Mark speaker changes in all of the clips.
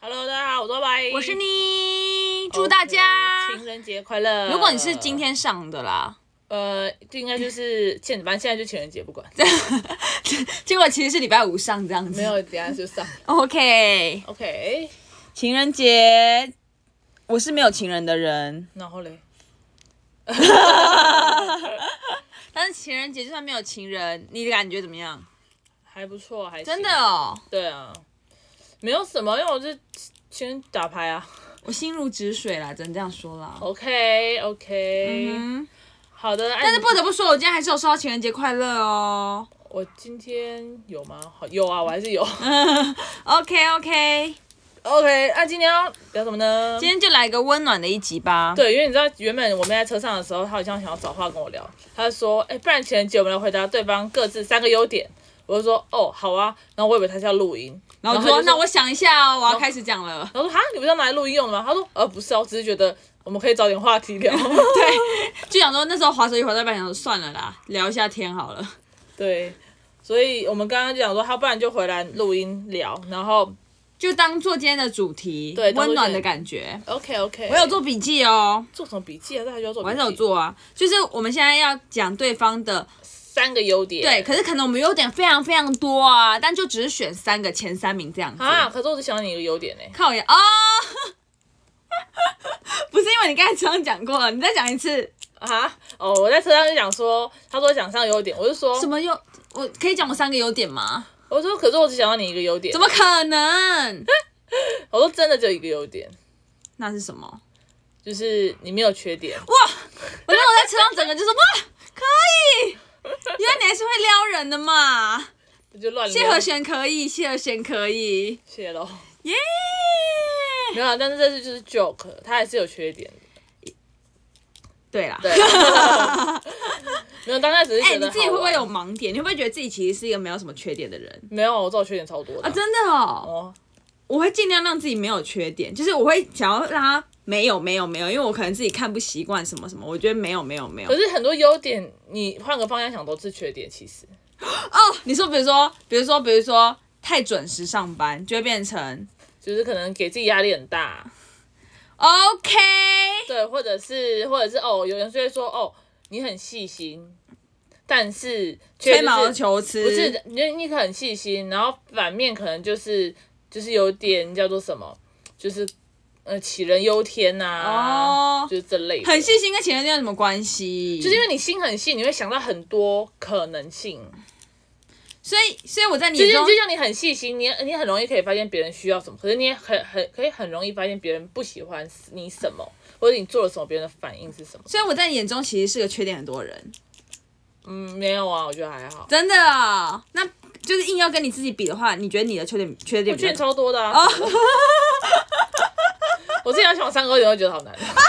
Speaker 1: Hello，大家好，我是白，哦
Speaker 2: 我是你，祝大家
Speaker 1: OK，情人节快乐。
Speaker 2: 如果你是今天上的啦，
Speaker 1: 呃，就应该就是现，反正现在就情人节，不管
Speaker 2: 结果其实是礼拜五上这样子。
Speaker 1: 没有，等一下就 上。
Speaker 2: OK，
Speaker 1: OK，
Speaker 2: 情人节，我是没有情人的人，
Speaker 1: 然后嘞，
Speaker 2: 但是情人节就算没有情人，你的感觉怎么样？
Speaker 1: 还不错，还行
Speaker 2: 真的。哦，
Speaker 1: 对啊，没有什么，因为我是先打牌啊。
Speaker 2: 我心如止水啦，只能这样说啦。
Speaker 1: OK OK，、
Speaker 2: 嗯，
Speaker 1: 好的。啊
Speaker 2: 但
Speaker 1: 但
Speaker 2: 是不得不说，我今天还是有收到情人节快乐哦。
Speaker 1: 我今天有吗？好，有啊，我还是有。
Speaker 2: OK OK，
Speaker 1: OK，那、今天要聊什么呢？
Speaker 2: 今天就来一个温暖的一集吧。
Speaker 1: 对，因为你知道，原本我们在车上的时候，他好像想要找话跟我聊，他就说：“哎、不然情人节我们来回答对方各自三个优点。”我就说：“哦，好啊。”然后我以为他是要录音，
Speaker 2: 然后我
Speaker 1: 然
Speaker 2: 说，
Speaker 1: 后他就
Speaker 2: 那我想一下哦，我要开始讲了。
Speaker 1: 然后说：“啊哈，你不是要拿来录音用的吗？”他说：“呃，不是哦，我只是觉得我们可以找点话题聊。
Speaker 2: 就想说那时候滑手机滑到一半，想说算了啦，聊一下天好了。”
Speaker 1: 对，所以我们刚刚就想说，他不然就回来录音聊。然后
Speaker 2: 就当做今天的主题，
Speaker 1: 对当作
Speaker 2: 温暖的感觉。
Speaker 1: OK OK，
Speaker 2: 我有做笔记哦，
Speaker 1: 做什么笔记啊？大家要做笔
Speaker 2: 我还
Speaker 1: 记，
Speaker 2: 是有做啊。就是我们现在要讲对方的，
Speaker 1: 三个优点。
Speaker 2: 对，可是可能我们优点非常非常多啊，但就只是选三个前三名这样子。
Speaker 1: 啊，可是我只想到你一个优点欸呢、
Speaker 2: 看我眼哦， 不是因为你刚才刚讲过了，你再讲一次
Speaker 1: 啊，哦，我在车上就讲说，他说讲三个优点，我就说
Speaker 2: 什么优？我可以讲我三个优点吗？
Speaker 1: 我说，可是我只想到你一个优点
Speaker 2: 怎。么可能？
Speaker 1: 我说真的只有一个优点，
Speaker 2: 那是什么？
Speaker 1: 就是你没有缺点。
Speaker 2: 哇！我那我在车上整个就是哇，可以，原来你还是会撩人的嘛。
Speaker 1: 我就乱
Speaker 2: 谢和
Speaker 1: 聊
Speaker 2: 弦可以，谢和弦可以，
Speaker 1: 谢喽。
Speaker 2: 耶、
Speaker 1: 没有啊，但是这次就是 joke，他还是有缺点 的。
Speaker 2: 对啦，
Speaker 1: 对，没有，当下只是
Speaker 2: 哎、
Speaker 1: 觉
Speaker 2: 你
Speaker 1: 得好玩、
Speaker 2: 自己会不会有盲点？你会不会觉得自己其实是一个没有什么缺点的人
Speaker 1: 没有，我知道我缺点超多的。
Speaker 2: 啊？真的哦，
Speaker 1: 哦，
Speaker 2: 我会尽量让自己没有缺点，就是我会想要让他没有没有没有，因为我可能自己看不习惯什么什么，我觉得没有没有没有
Speaker 1: 可。是很多优点，你换个方向想都是缺点。其实
Speaker 2: 哦，你说比如说，比如说，比如说太准时上班，就会变成
Speaker 1: 就是可能给自己压力很大，
Speaker 2: 哦 OK，
Speaker 1: 对，或者是或者是哦，有人就会说哦，你很细心，但是缺
Speaker 2: 吹
Speaker 1: 点
Speaker 2: 毛
Speaker 1: 是
Speaker 2: 求疵，
Speaker 1: 不是，你你可能很细心，然后反面可能就是就是有点叫做什么，就是呃杞人忧天呐、
Speaker 2: 哦
Speaker 1: 就是这类的
Speaker 2: 很，细心跟情人节有什么关系？
Speaker 1: 就是因为你心很细，你会想到很多可能性。
Speaker 2: 所以，所以我在你
Speaker 1: 就是
Speaker 2: 中
Speaker 1: 就像你很细心，你你很容易可以发现别人需要什么，可是你也很很可以很容易发现别人不喜欢你什么，或者你做了什么，别人的反应是什么。
Speaker 2: 所以我在你眼中其实是个缺点很多人，
Speaker 1: 嗯，没有啊，我觉得还好，
Speaker 2: 真的啊、那就是硬要跟你自己比的话，你觉得你的缺点缺点
Speaker 1: 我
Speaker 2: 比
Speaker 1: 缺
Speaker 2: 较
Speaker 1: 点
Speaker 2: 多？
Speaker 1: 超多的啊。
Speaker 2: 哦
Speaker 1: 我自己要想三个优点，我觉得 好难。
Speaker 2: 哎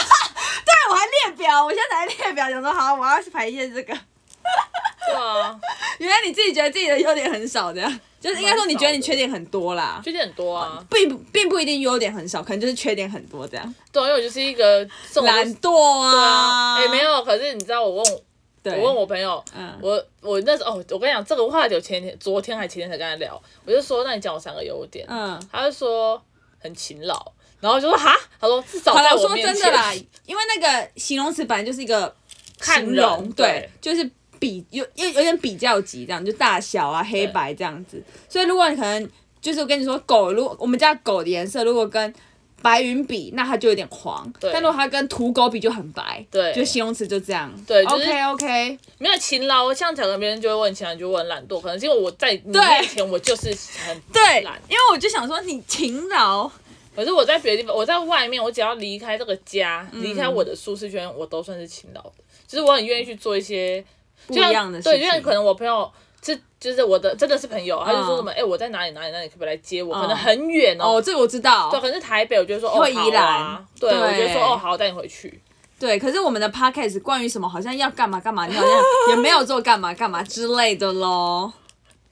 Speaker 2: 但我还列表，我现在还列表，想说好，我要排一些这个。
Speaker 1: 对啊，
Speaker 2: 原来你自己觉得自己的优点很少，这样就是应该说你觉得你缺点很多啦，
Speaker 1: 缺点很多啊。
Speaker 2: 并不并不一定优点很少，可能就是缺点很多这啊样。
Speaker 1: 对，因为我就是一个这种
Speaker 2: 懒
Speaker 1: 就是
Speaker 2: 惰
Speaker 1: 啊，
Speaker 2: 啊，
Speaker 1: 哎、没，有，可是你知道我问
Speaker 2: 对，
Speaker 1: 我问我朋友，
Speaker 2: 嗯
Speaker 1: 我我那时候哦，我跟你讲这个话题，我前天、昨天还前天才跟他聊，我就说那你讲我三个优点，
Speaker 2: 嗯。
Speaker 1: 他就说很勤劳，然后我就说哈，他说至少
Speaker 2: 好了，
Speaker 1: 在
Speaker 2: 我说
Speaker 1: 面
Speaker 2: 真
Speaker 1: 前
Speaker 2: 的啦，因为那个形容词本来就是一个
Speaker 1: 看
Speaker 2: 形
Speaker 1: 人
Speaker 2: 容，对，就是比有有有点比较级这样，就大小啊、黑白这样子。所以如果你可能就是我跟你说狗，如果我们家狗的颜色如果跟白云比，那它就有点黄；
Speaker 1: 对
Speaker 2: 但如果它跟土狗比就很白。
Speaker 1: 对
Speaker 2: 就形容词就这样。
Speaker 1: 对就是
Speaker 2: OK OK，
Speaker 1: 没有勤劳，像讲的别人就会问勤劳，你就会很懒惰，可能是因为我在你
Speaker 2: 对
Speaker 1: 面前我就是很
Speaker 2: 对
Speaker 1: 懒，，
Speaker 2: 因为我就想说你勤劳，
Speaker 1: 可是我在别的地方，我在外面，我只要离开这个家，离
Speaker 2: 嗯
Speaker 1: 开我的舒适圈，我都算是勤劳的。就是我很愿意去做一些不
Speaker 2: 一样的事
Speaker 1: 对，就像
Speaker 2: 情
Speaker 1: 可能我朋友。这就是我的，真的是朋友，他就说
Speaker 2: 嗯
Speaker 1: 什么，哎、我在哪里哪里哪里，可不可以来接我？
Speaker 2: 嗯
Speaker 1: 可能很远哦，
Speaker 2: 哦，这个我知道。
Speaker 1: 对，可能是台北，我就会说，哦，
Speaker 2: 会宜
Speaker 1: 好啊
Speaker 2: 兰，
Speaker 1: 对，
Speaker 2: 对
Speaker 1: 我就会说，哦，好，我带你回去。
Speaker 2: 对，可是我们的 podcast 关于什么好像要干嘛干嘛，你好像也没有做干嘛干嘛之类的喽。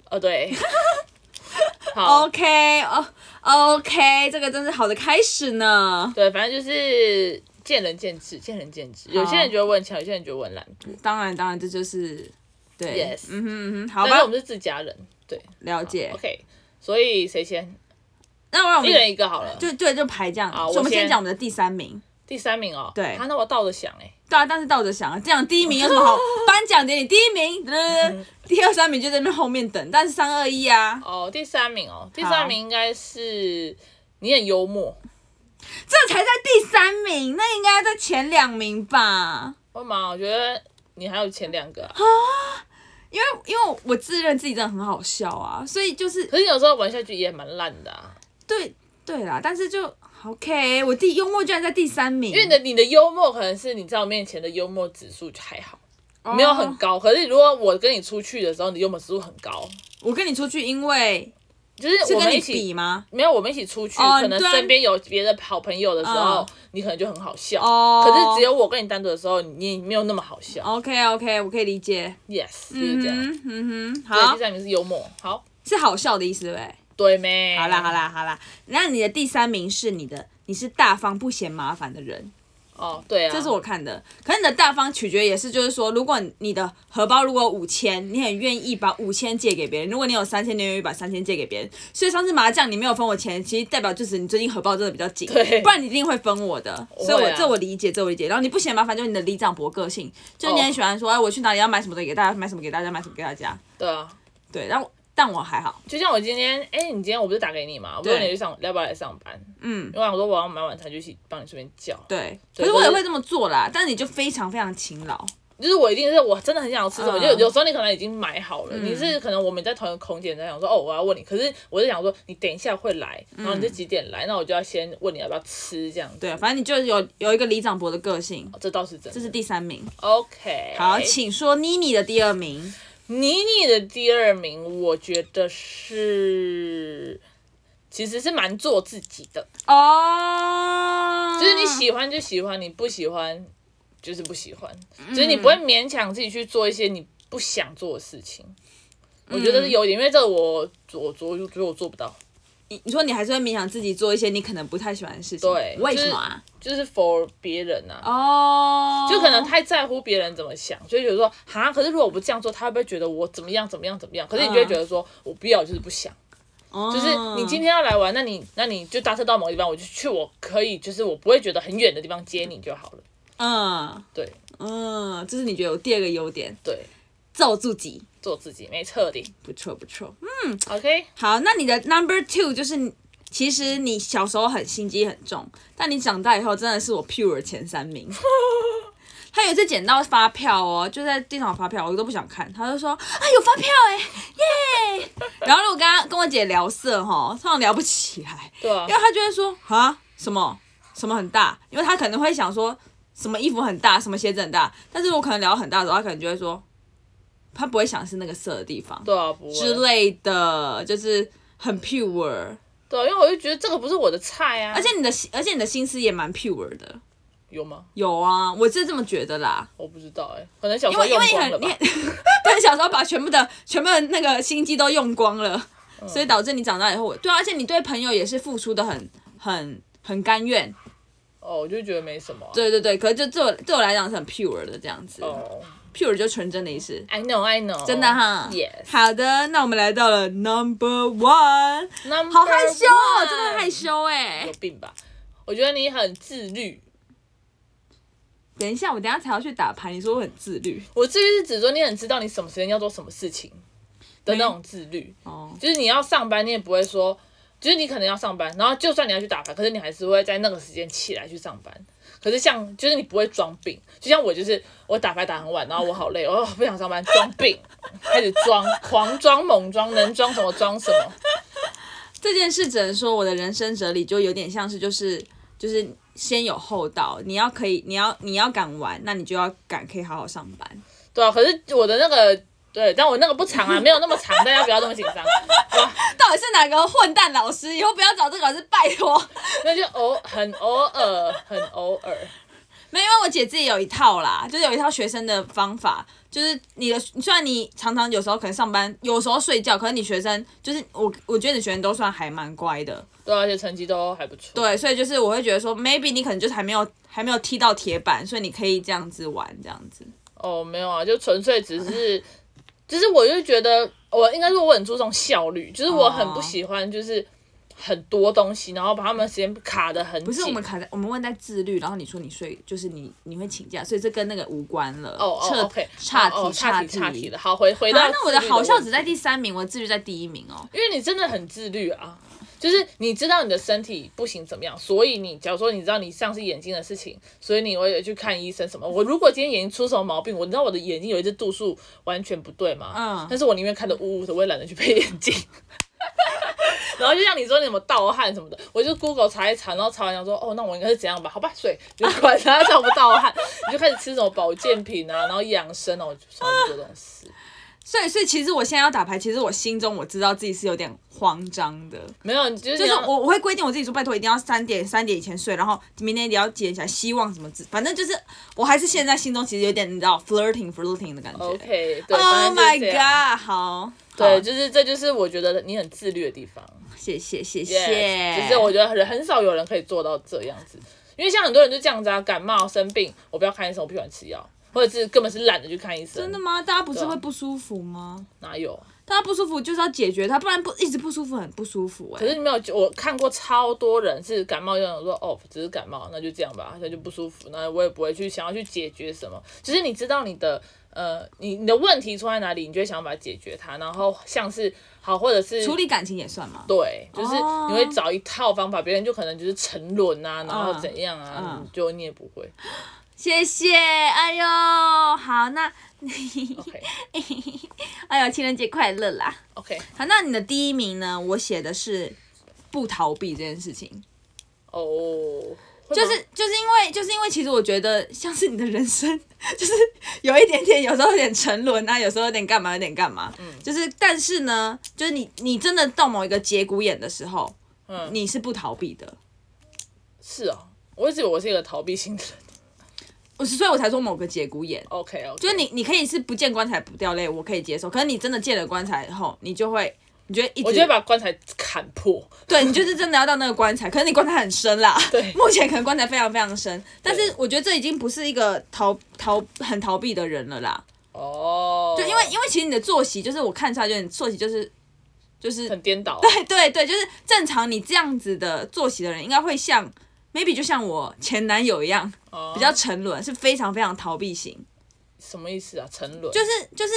Speaker 1: 哦， 对，好
Speaker 2: OK，哦、o k 这个真是好的开始呢。
Speaker 1: 对，反正就是见仁见智，见仁见智。有些人觉得我很强，有些人觉得我很懒惰。
Speaker 2: 当然，当然，这就是对
Speaker 1: Yes
Speaker 2: 嗯哼嗯哼，好
Speaker 1: 但是
Speaker 2: 吧
Speaker 1: 我，们是自家人，对
Speaker 2: 了解。
Speaker 1: ，OK。所以谁先？
Speaker 2: 那我让我
Speaker 1: 一人
Speaker 2: 们
Speaker 1: 一个好了。
Speaker 2: 就对就排这样，
Speaker 1: 好
Speaker 2: 所以我们
Speaker 1: 我先
Speaker 2: 先讲我们的第三名。
Speaker 1: 第三名哦，
Speaker 2: 对
Speaker 1: 啊，那我倒着想哎，
Speaker 2: 对啊，但是倒着想啊，这样第一名有什 么好？颁奖典礼第一名，对对对，第二三名就在那边后面等，但是三二一啊，
Speaker 1: 哦，第三名哦，第三名应该是你很幽默，
Speaker 2: 这才在第三名，那应该在前两名吧？
Speaker 1: 我妈，我觉得你还有前两个啊，
Speaker 2: 因为因为我自认自己真的很好笑啊，所以就是
Speaker 1: 可是有时候玩下去也蛮烂的啊，
Speaker 2: 对对啦，但是就 OK，我第幽默居然在第三名，
Speaker 1: 因为你的你的幽默可能是你在我面前的幽默指数就还好，
Speaker 2: 哦
Speaker 1: 没有很高。可是如果我跟你出去的时候，你幽默指数很高，
Speaker 2: 我跟你出去，因为
Speaker 1: 就是
Speaker 2: 是
Speaker 1: 我
Speaker 2: 跟
Speaker 1: 们
Speaker 2: 你
Speaker 1: 一起
Speaker 2: 比吗？
Speaker 1: 没有我们一起出去，
Speaker 2: 哦
Speaker 1: 可能
Speaker 2: 对啊
Speaker 1: 身边有别的好朋友的时候，
Speaker 2: 嗯
Speaker 1: 你可能就很好笑。
Speaker 2: 哦
Speaker 1: 可是只有我跟你单独的时候，你没有那么好笑。
Speaker 2: OK OK，我可以理解。
Speaker 1: yes，就是
Speaker 2: 嗯
Speaker 1: 这样。
Speaker 2: 哼，嗯哼，
Speaker 1: 对，
Speaker 2: 好
Speaker 1: 第，三名是幽默，好，
Speaker 2: 是好笑的意思对不对？
Speaker 1: 对咩？
Speaker 2: 好啦好，啦好啦，那你的第三名是你的，你是大方不嫌麻烦的人，
Speaker 1: 哦，对啊，
Speaker 2: 这是我看的。可是你的大方取决也是，就是说，如果你的荷包如果五千，你很愿意把五千借给别人；如果你有三千，你也愿意把三千借给别人。所以上次麻将你没有分我钱，其实代表就是你最近荷包真的比较紧
Speaker 1: 对，
Speaker 2: 不然你一定会分我的。所以
Speaker 1: 会
Speaker 2: 我
Speaker 1: 啊
Speaker 2: 这我理解，这我理解。然后你不嫌麻烦，就是你的里长伯个性，就是你
Speaker 1: 哦
Speaker 2: 很喜欢说，哎，我去哪里要买什么东西给大家，买什么给大家，买什么给大家。
Speaker 1: 对啊。
Speaker 2: 对，然后但我还好，
Speaker 1: 就像我今天，哎、你今天我不是打给你嘛？我说
Speaker 2: 对
Speaker 1: 你去上要不要来上班？
Speaker 2: 嗯
Speaker 1: 因，为我想说我要买晚餐，就一起帮你顺便叫。
Speaker 2: 对，可
Speaker 1: 对
Speaker 2: 是我也
Speaker 1: 就是
Speaker 2: 会这么做啦，但是你就非常非常勤劳，
Speaker 1: 就是我一定是我真的很想吃什么，
Speaker 2: 嗯
Speaker 1: 就有时候你可能已经买好了，你是可能我们在同一个空间在想说，哦，我要问你，可是我就想说你等一下会来，然后你是几点来，那我就要先问你要不要吃这样子。
Speaker 2: 嗯对，反正你就有有一个李长博的个性，
Speaker 1: 这倒是真的。
Speaker 2: 这是第三名。
Speaker 1: OK。
Speaker 2: 好，请说妮妮的第二名，
Speaker 1: 妮妮的第二名，我觉得是。其实是蛮做自己的，
Speaker 2: 哦，
Speaker 1: 就是你喜欢就喜欢，你不喜欢就是不喜欢，就是你不会勉强自己去做一些你不想做的事情。我觉得是有一点，因为这个我我我觉得我做不到，
Speaker 2: 你，你说你还是会勉强自己做一些你可能不太喜欢的事情，
Speaker 1: 对
Speaker 2: 为什么啊？
Speaker 1: 就是 for 别人呐、啊。
Speaker 2: 哦，
Speaker 1: 就可能太在乎别人怎么想，就会觉得说，哈，可是如果我不这样做，他会不会觉得我怎么样怎么样怎么样？可是你就会觉得说，我不要，就是不想。
Speaker 2: 哦，
Speaker 1: 就是你今天要来玩，那你那你就搭车到某个地方，我就去我可以，就是我不会觉得很远的地方接你就好了。
Speaker 2: 嗯
Speaker 1: 对
Speaker 2: 嗯，这是你觉得有第二个优点，
Speaker 1: 对，
Speaker 2: 揍自己，
Speaker 1: 做自己，没彻底。
Speaker 2: 不错不错。
Speaker 1: OK，
Speaker 2: 好，那你的 number two 就是你，其实你小时候很心机很重，但你长大以后真的是我 pure 前三名。他有一次捡到发票哦，就在地上有发票，我都不想看，他就说啊有发票哎、耶！然后我跟他跟我姐聊色哈，通常聊不起来，
Speaker 1: 对啊
Speaker 2: 因为，他就会说啊什么什么很大，因为他可能会想说什么衣服很大，什么鞋子很大，但是我可能聊很大的时候，他可能就会说，他不会想是那个色的地方，
Speaker 1: 对啊，不
Speaker 2: 之
Speaker 1: 会。
Speaker 2: 类的，就是很 pure，
Speaker 1: 对啊，因为我就觉得这个不是我的菜啊。
Speaker 2: 而且你的心，而且你的心思也蛮 pure 的。
Speaker 1: 有吗？
Speaker 2: 有啊，我是这么觉得啦，
Speaker 1: 我不知道哎、可能小时
Speaker 2: 因
Speaker 1: 候
Speaker 2: 为因
Speaker 1: 用
Speaker 2: 为你
Speaker 1: 光了
Speaker 2: 很你
Speaker 1: 吧
Speaker 2: 很，。对，小时候把全部的全部的那个心机都用光了，
Speaker 1: 嗯
Speaker 2: 所以导致你长大以后，对啊、而且你对朋友也是付出的很很很甘愿，
Speaker 1: 哦，我就觉得没什么啊、
Speaker 2: 对对对，可是就对我对我来讲是很 pure 的这样子、
Speaker 1: 哦
Speaker 2: p u r e 就纯真的意思。
Speaker 1: ，I know, I know，
Speaker 2: 真的哈
Speaker 1: Yes，
Speaker 2: 好的，那我们来到了 number one，好害羞哦，真的很害。羞哎、
Speaker 1: 有病吧？我觉得你很自律。
Speaker 2: 等一下，我等一下才要去打牌，你说我很自律
Speaker 1: 我自律是指说你很知道你什么时间要做什么事情的那种自律，
Speaker 2: 哦。
Speaker 1: 就是你要上班，你也不会说，就是你可能要上班，然后就算你要去打牌，可是你还是会在那个时间起来去上班。可是像就是你不会装病，就像我就是我打牌打很晚，然后我好累，我不想上班，装病，开始装，狂装猛装，能装什么装什么。
Speaker 2: 这件事只能说我的人生哲理就有点像是就是就是先有后到，你要可以你要你要敢玩，那你就要敢可以好好上班。
Speaker 1: 对啊，可是我的那个对，但我那个不长啊，没有那么长，大家不要那么紧张。哇，
Speaker 2: 到底是哪个混蛋老师？以后不要找这个老师，拜托。
Speaker 1: 那就偶很偶尔，很偶尔。
Speaker 2: 没有，因为我姐自己有一套啦，就是有一套学生的方法，就是你的虽然你常常有时候可能上班，有时候睡觉，可是你学生就是我，我觉得你学生都算还蛮乖的，
Speaker 1: 对啊、而且成绩都还不错。
Speaker 2: 对，所以就是我会觉得说，maybe 你可能就是还没有还没有踢到铁板，所以你可以这样子玩这样子。
Speaker 1: 哦，没有啊，就纯粹只是，
Speaker 2: 哦
Speaker 1: 就是我就觉得我应该说我很注重效率，就是我很不喜欢就是。很多东西，然后把他们的时间卡得很紧。
Speaker 2: 不是我们卡在，我们问在自律，然后你说你睡，就是你你会请假，所以这跟那个无关了。
Speaker 1: 哦
Speaker 2: 彻
Speaker 1: 哦，OK，
Speaker 2: 岔
Speaker 1: 哦哦
Speaker 2: 题
Speaker 1: 岔
Speaker 2: 题
Speaker 1: 岔题了。。好，回回到、
Speaker 2: 啊，那我的好笑只
Speaker 1: 在，
Speaker 2: 在第三名，我的自律在第一名哦。
Speaker 1: 因为你真的很自律啊，就是你知道你的身体不行怎么样，所以你假如说你知道你上次眼睛的事情，所以你会去看医生什么。我如果今天眼睛出什么毛病，我知道我的眼睛有一只度数完全不对嘛，
Speaker 2: 嗯
Speaker 1: 但是我宁愿看得呜呜的，我也懒得去配眼镜。 然后就像你说你什么盗汗什么的，我就 Google 查一查，然后查完想说，哦，那我应该是怎样吧？好吧，所以就 管他盗不盗汗，你就开始吃什么保健品啊，然后养生啊，我就少做这种事。
Speaker 2: 所以，所以其实我现在要打牌，其实我心中我知道自己是有点慌张的，
Speaker 1: 没有，你就是
Speaker 2: 就
Speaker 1: 你
Speaker 2: 是
Speaker 1: 要
Speaker 2: 我我会规定我自己说，拜托一定要三点三点以前睡，然后明天一定要几点起来，希望什么之，反正就是我还是现在心中其实有点你知道 flirting flirting 的感觉。
Speaker 1: OK，对
Speaker 2: Oh
Speaker 1: 反正
Speaker 2: my
Speaker 1: 就是这样
Speaker 2: god！好，
Speaker 1: 对，
Speaker 2: 好
Speaker 1: 就是这就是我觉得你很自律的地方。
Speaker 2: 谢谢谢
Speaker 1: Yes，
Speaker 2: 谢。
Speaker 1: 就是我觉得很很少有人可以做到这样子，因为像很多人就这样子啊，感冒生病，我不要看医生，我不喜欢吃药，或者是根本是懒得去看医生。
Speaker 2: 真的吗？大家不是
Speaker 1: 对啊
Speaker 2: 会不舒服吗？
Speaker 1: 哪有？
Speaker 2: 大家不舒服就是要解决它，不然不一直不舒服很不舒服哎、
Speaker 1: 可是你没有，我看过超多人是感冒，就想说哦，只是感冒，那就这样吧，那就不舒服，那我也不会去想要去解决什么。只是你知道你的呃，你你的问题出在哪里，你就会想要把它解决它，然后像是好，或者是
Speaker 2: 处理感情也算吗？
Speaker 1: 对，就是
Speaker 2: 哦
Speaker 1: 你会找一套方法，别人就可能就是沉沦啊，然后
Speaker 2: 嗯
Speaker 1: 怎样啊，
Speaker 2: 嗯
Speaker 1: 你就你也不 会。
Speaker 2: 谢谢，哎呦，好那，
Speaker 1: OK
Speaker 2: 哎呦，情人节快乐啦！
Speaker 1: OK，
Speaker 2: 好，那你的第一名呢？我写的是不逃避这件事情，
Speaker 1: 哦、会
Speaker 2: 就
Speaker 1: 吗
Speaker 2: 是就是因为就是因为其实我觉得像是你的人生， 就是有一点点，有时候有点沉沦啊，有时候有点干嘛，有点干嘛，
Speaker 1: 嗯
Speaker 2: 就是但是呢，就是你你真的到某一个节骨眼的时候，
Speaker 1: 嗯
Speaker 2: 你是不逃避的，
Speaker 1: 是哦，我一直以为我是一个逃避型的人。
Speaker 2: 我是所以我才说某个节骨眼。
Speaker 1: OK OK，
Speaker 2: 就是你，你可以是不见棺材不掉泪，我可以接受。可是你真的见了棺材以后，你就会，你就会一直，
Speaker 1: 我就会把棺材砍破。
Speaker 2: 对你就是真的要到那个棺材。可是你棺材很深啦，
Speaker 1: 对
Speaker 2: 目前可能棺材非常非常深。但
Speaker 1: 对
Speaker 2: 是我觉得这已经不是一个逃逃很逃避的人了啦。
Speaker 1: 哦，
Speaker 2: 对，因为因为其实你的作息就是我看出来，就是你作息就是就是
Speaker 1: 很颠倒啊、
Speaker 2: 对对对，就是正常你这样子的作息的人，应该会像 maybe 就像我前男友一样，
Speaker 1: 哦
Speaker 2: 比较沉沦，是非常非常逃避型。
Speaker 1: 什么意思啊？沉沦
Speaker 2: 就是就是，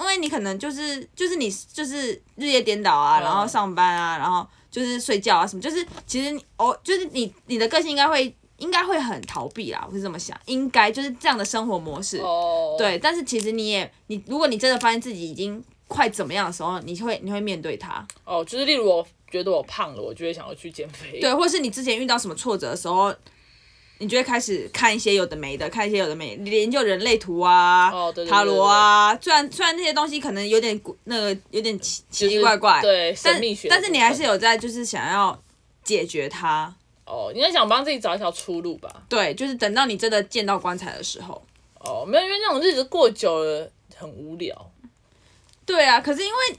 Speaker 2: 因为你可能就是就是你就是日夜颠倒啊，
Speaker 1: 嗯
Speaker 2: 然后上班啊，然后就是睡觉啊什么，就是其实你哦，就是你你的个性应该会应该会很逃避啦，我是这么想，应该就是这样的生活模式。
Speaker 1: 哦，，
Speaker 2: 对，但是其实你也你，如果你真的发现自己已经快怎么样的时候，你会你会面对它，
Speaker 1: 哦，就是例如我觉得我胖了，我就会想要去减肥。
Speaker 2: 对，或是你之前遇到什么挫折的时候。你就会开始看一些有的没的，看一些有的没，研究人类图啊，
Speaker 1: 哦对对对
Speaker 2: 塔罗啊。虽然虽然那些东西可能有点古那个有点奇奇
Speaker 1: 就是
Speaker 2: 奇怪怪，
Speaker 1: 对
Speaker 2: 但
Speaker 1: 神秘学的
Speaker 2: 但是你还
Speaker 1: 部
Speaker 2: 是
Speaker 1: 分
Speaker 2: 有在就是想要解决它。
Speaker 1: 哦，你在想帮自己找一条出路吧？
Speaker 2: 对，就是等到你真的见到棺材的时候。
Speaker 1: 哦，没有，因为那种日子过久了很无聊。
Speaker 2: 对啊，可是因为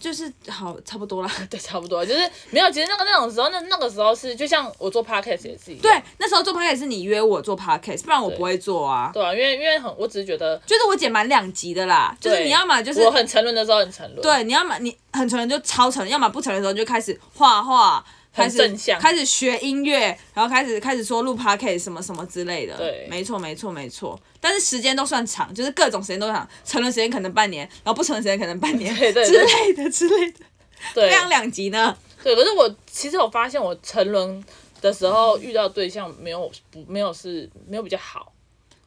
Speaker 2: 就是好差不多啦。
Speaker 1: 对，差不多，就是没有。其实那个那种时候，那那个时候是就像我做 podcast 也是一样，
Speaker 2: 对，那时候做 podcast 是你约我做 podcast，不然我
Speaker 1: 对
Speaker 2: 不会做啊。
Speaker 1: 对啊，因为因为很，我只是觉得
Speaker 2: 就是我姐蛮两极的啦，就是
Speaker 1: 对
Speaker 2: 你要么就是
Speaker 1: 我很沉沦的时候很沉沦，，
Speaker 2: 对，你要么你很承认就超承认，要么不承认的时候你就开始画画，开始
Speaker 1: 正向
Speaker 2: 开始学音乐，然后开始开始说录 p o d c a s t 什么什么之类的。
Speaker 1: 对
Speaker 2: 没错没错没错。但是时间都算长，就是各种时间都长，承认时间可能半年，然后不承认时间可能半年
Speaker 1: 对对
Speaker 2: 之
Speaker 1: 对
Speaker 2: 类的之类的，
Speaker 1: 对
Speaker 2: 非常两极呢。
Speaker 1: 对。可是我其实我发现我沉沦的时候遇到对象没有不没有是没有比较好，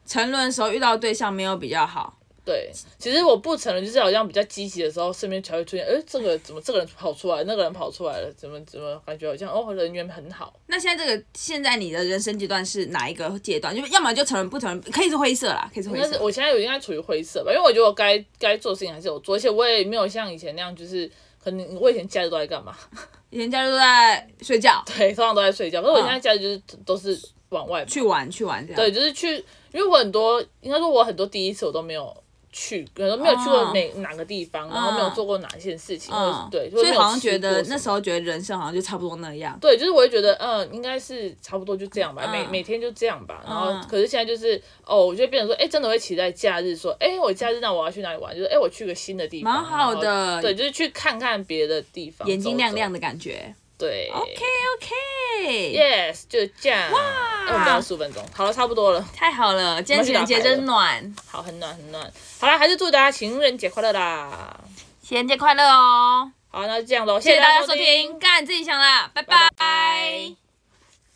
Speaker 2: 沉沦的时候遇到的对象没有比较好，
Speaker 1: 对。其实我不沉沦，就是好像比较积极的时候，身边才会出现，哎，这个怎么这个人跑出来，那个人跑出来了，怎么怎么感觉好像哦人缘很好，
Speaker 2: 那现在这个现在你的人生阶段是哪一个阶段？就是要么就承认不承认，可以是灰色啦，可以是灰
Speaker 1: 但是
Speaker 2: 色。
Speaker 1: 我现在有应该处于灰色吧，因为我觉得我该该做的事情还是有做，而且我也没有像以前那样，就是可能我以前假日都在干嘛，
Speaker 2: 以前家都在睡觉、
Speaker 1: 对，通常都在睡
Speaker 2: 啊
Speaker 1: 觉。可是我现在假日就是、都是往外跑，
Speaker 2: 去玩、去玩这样。
Speaker 1: 对，就是去，因为我很多应该说我很多第一次我都没有去，可能没有去过
Speaker 2: 哦
Speaker 1: 哪、哪个地方，然后没有
Speaker 2: 嗯
Speaker 1: 做过哪件事情，或者
Speaker 2: 嗯
Speaker 1: 是，对，
Speaker 2: 所以好像觉得那时
Speaker 1: 候。
Speaker 2: 候觉得人生好像就差不多那样。
Speaker 1: 对，就是我会觉得，嗯，应该是差不多就这样吧，每
Speaker 2: 嗯
Speaker 1: 每天就这样吧。然后
Speaker 2: 嗯，
Speaker 1: 可是现在就是，哦，我就变成说，哎、真的会期待假日，说，哎、我假日那我要去哪里玩？就是，哎、我去个新的地方，
Speaker 2: 蛮好的
Speaker 1: 然后对，就是去看看别的地方，
Speaker 2: 眼睛亮亮
Speaker 1: 的，
Speaker 2: 的感觉，
Speaker 1: 对
Speaker 2: OK OK，
Speaker 1: ，Yes，就这样。哎，我们到十五分钟，好了，差不多了。
Speaker 2: 太好了，今天情人节真暖，
Speaker 1: 好，很暖很暖。好了，还是祝大家情人节快乐啦！
Speaker 2: 情人节快乐哦！
Speaker 1: 好，那就这样喽，
Speaker 2: 谢谢大家
Speaker 1: 收
Speaker 2: 收听，干自己想啦，拜拜。
Speaker 1: 拜拜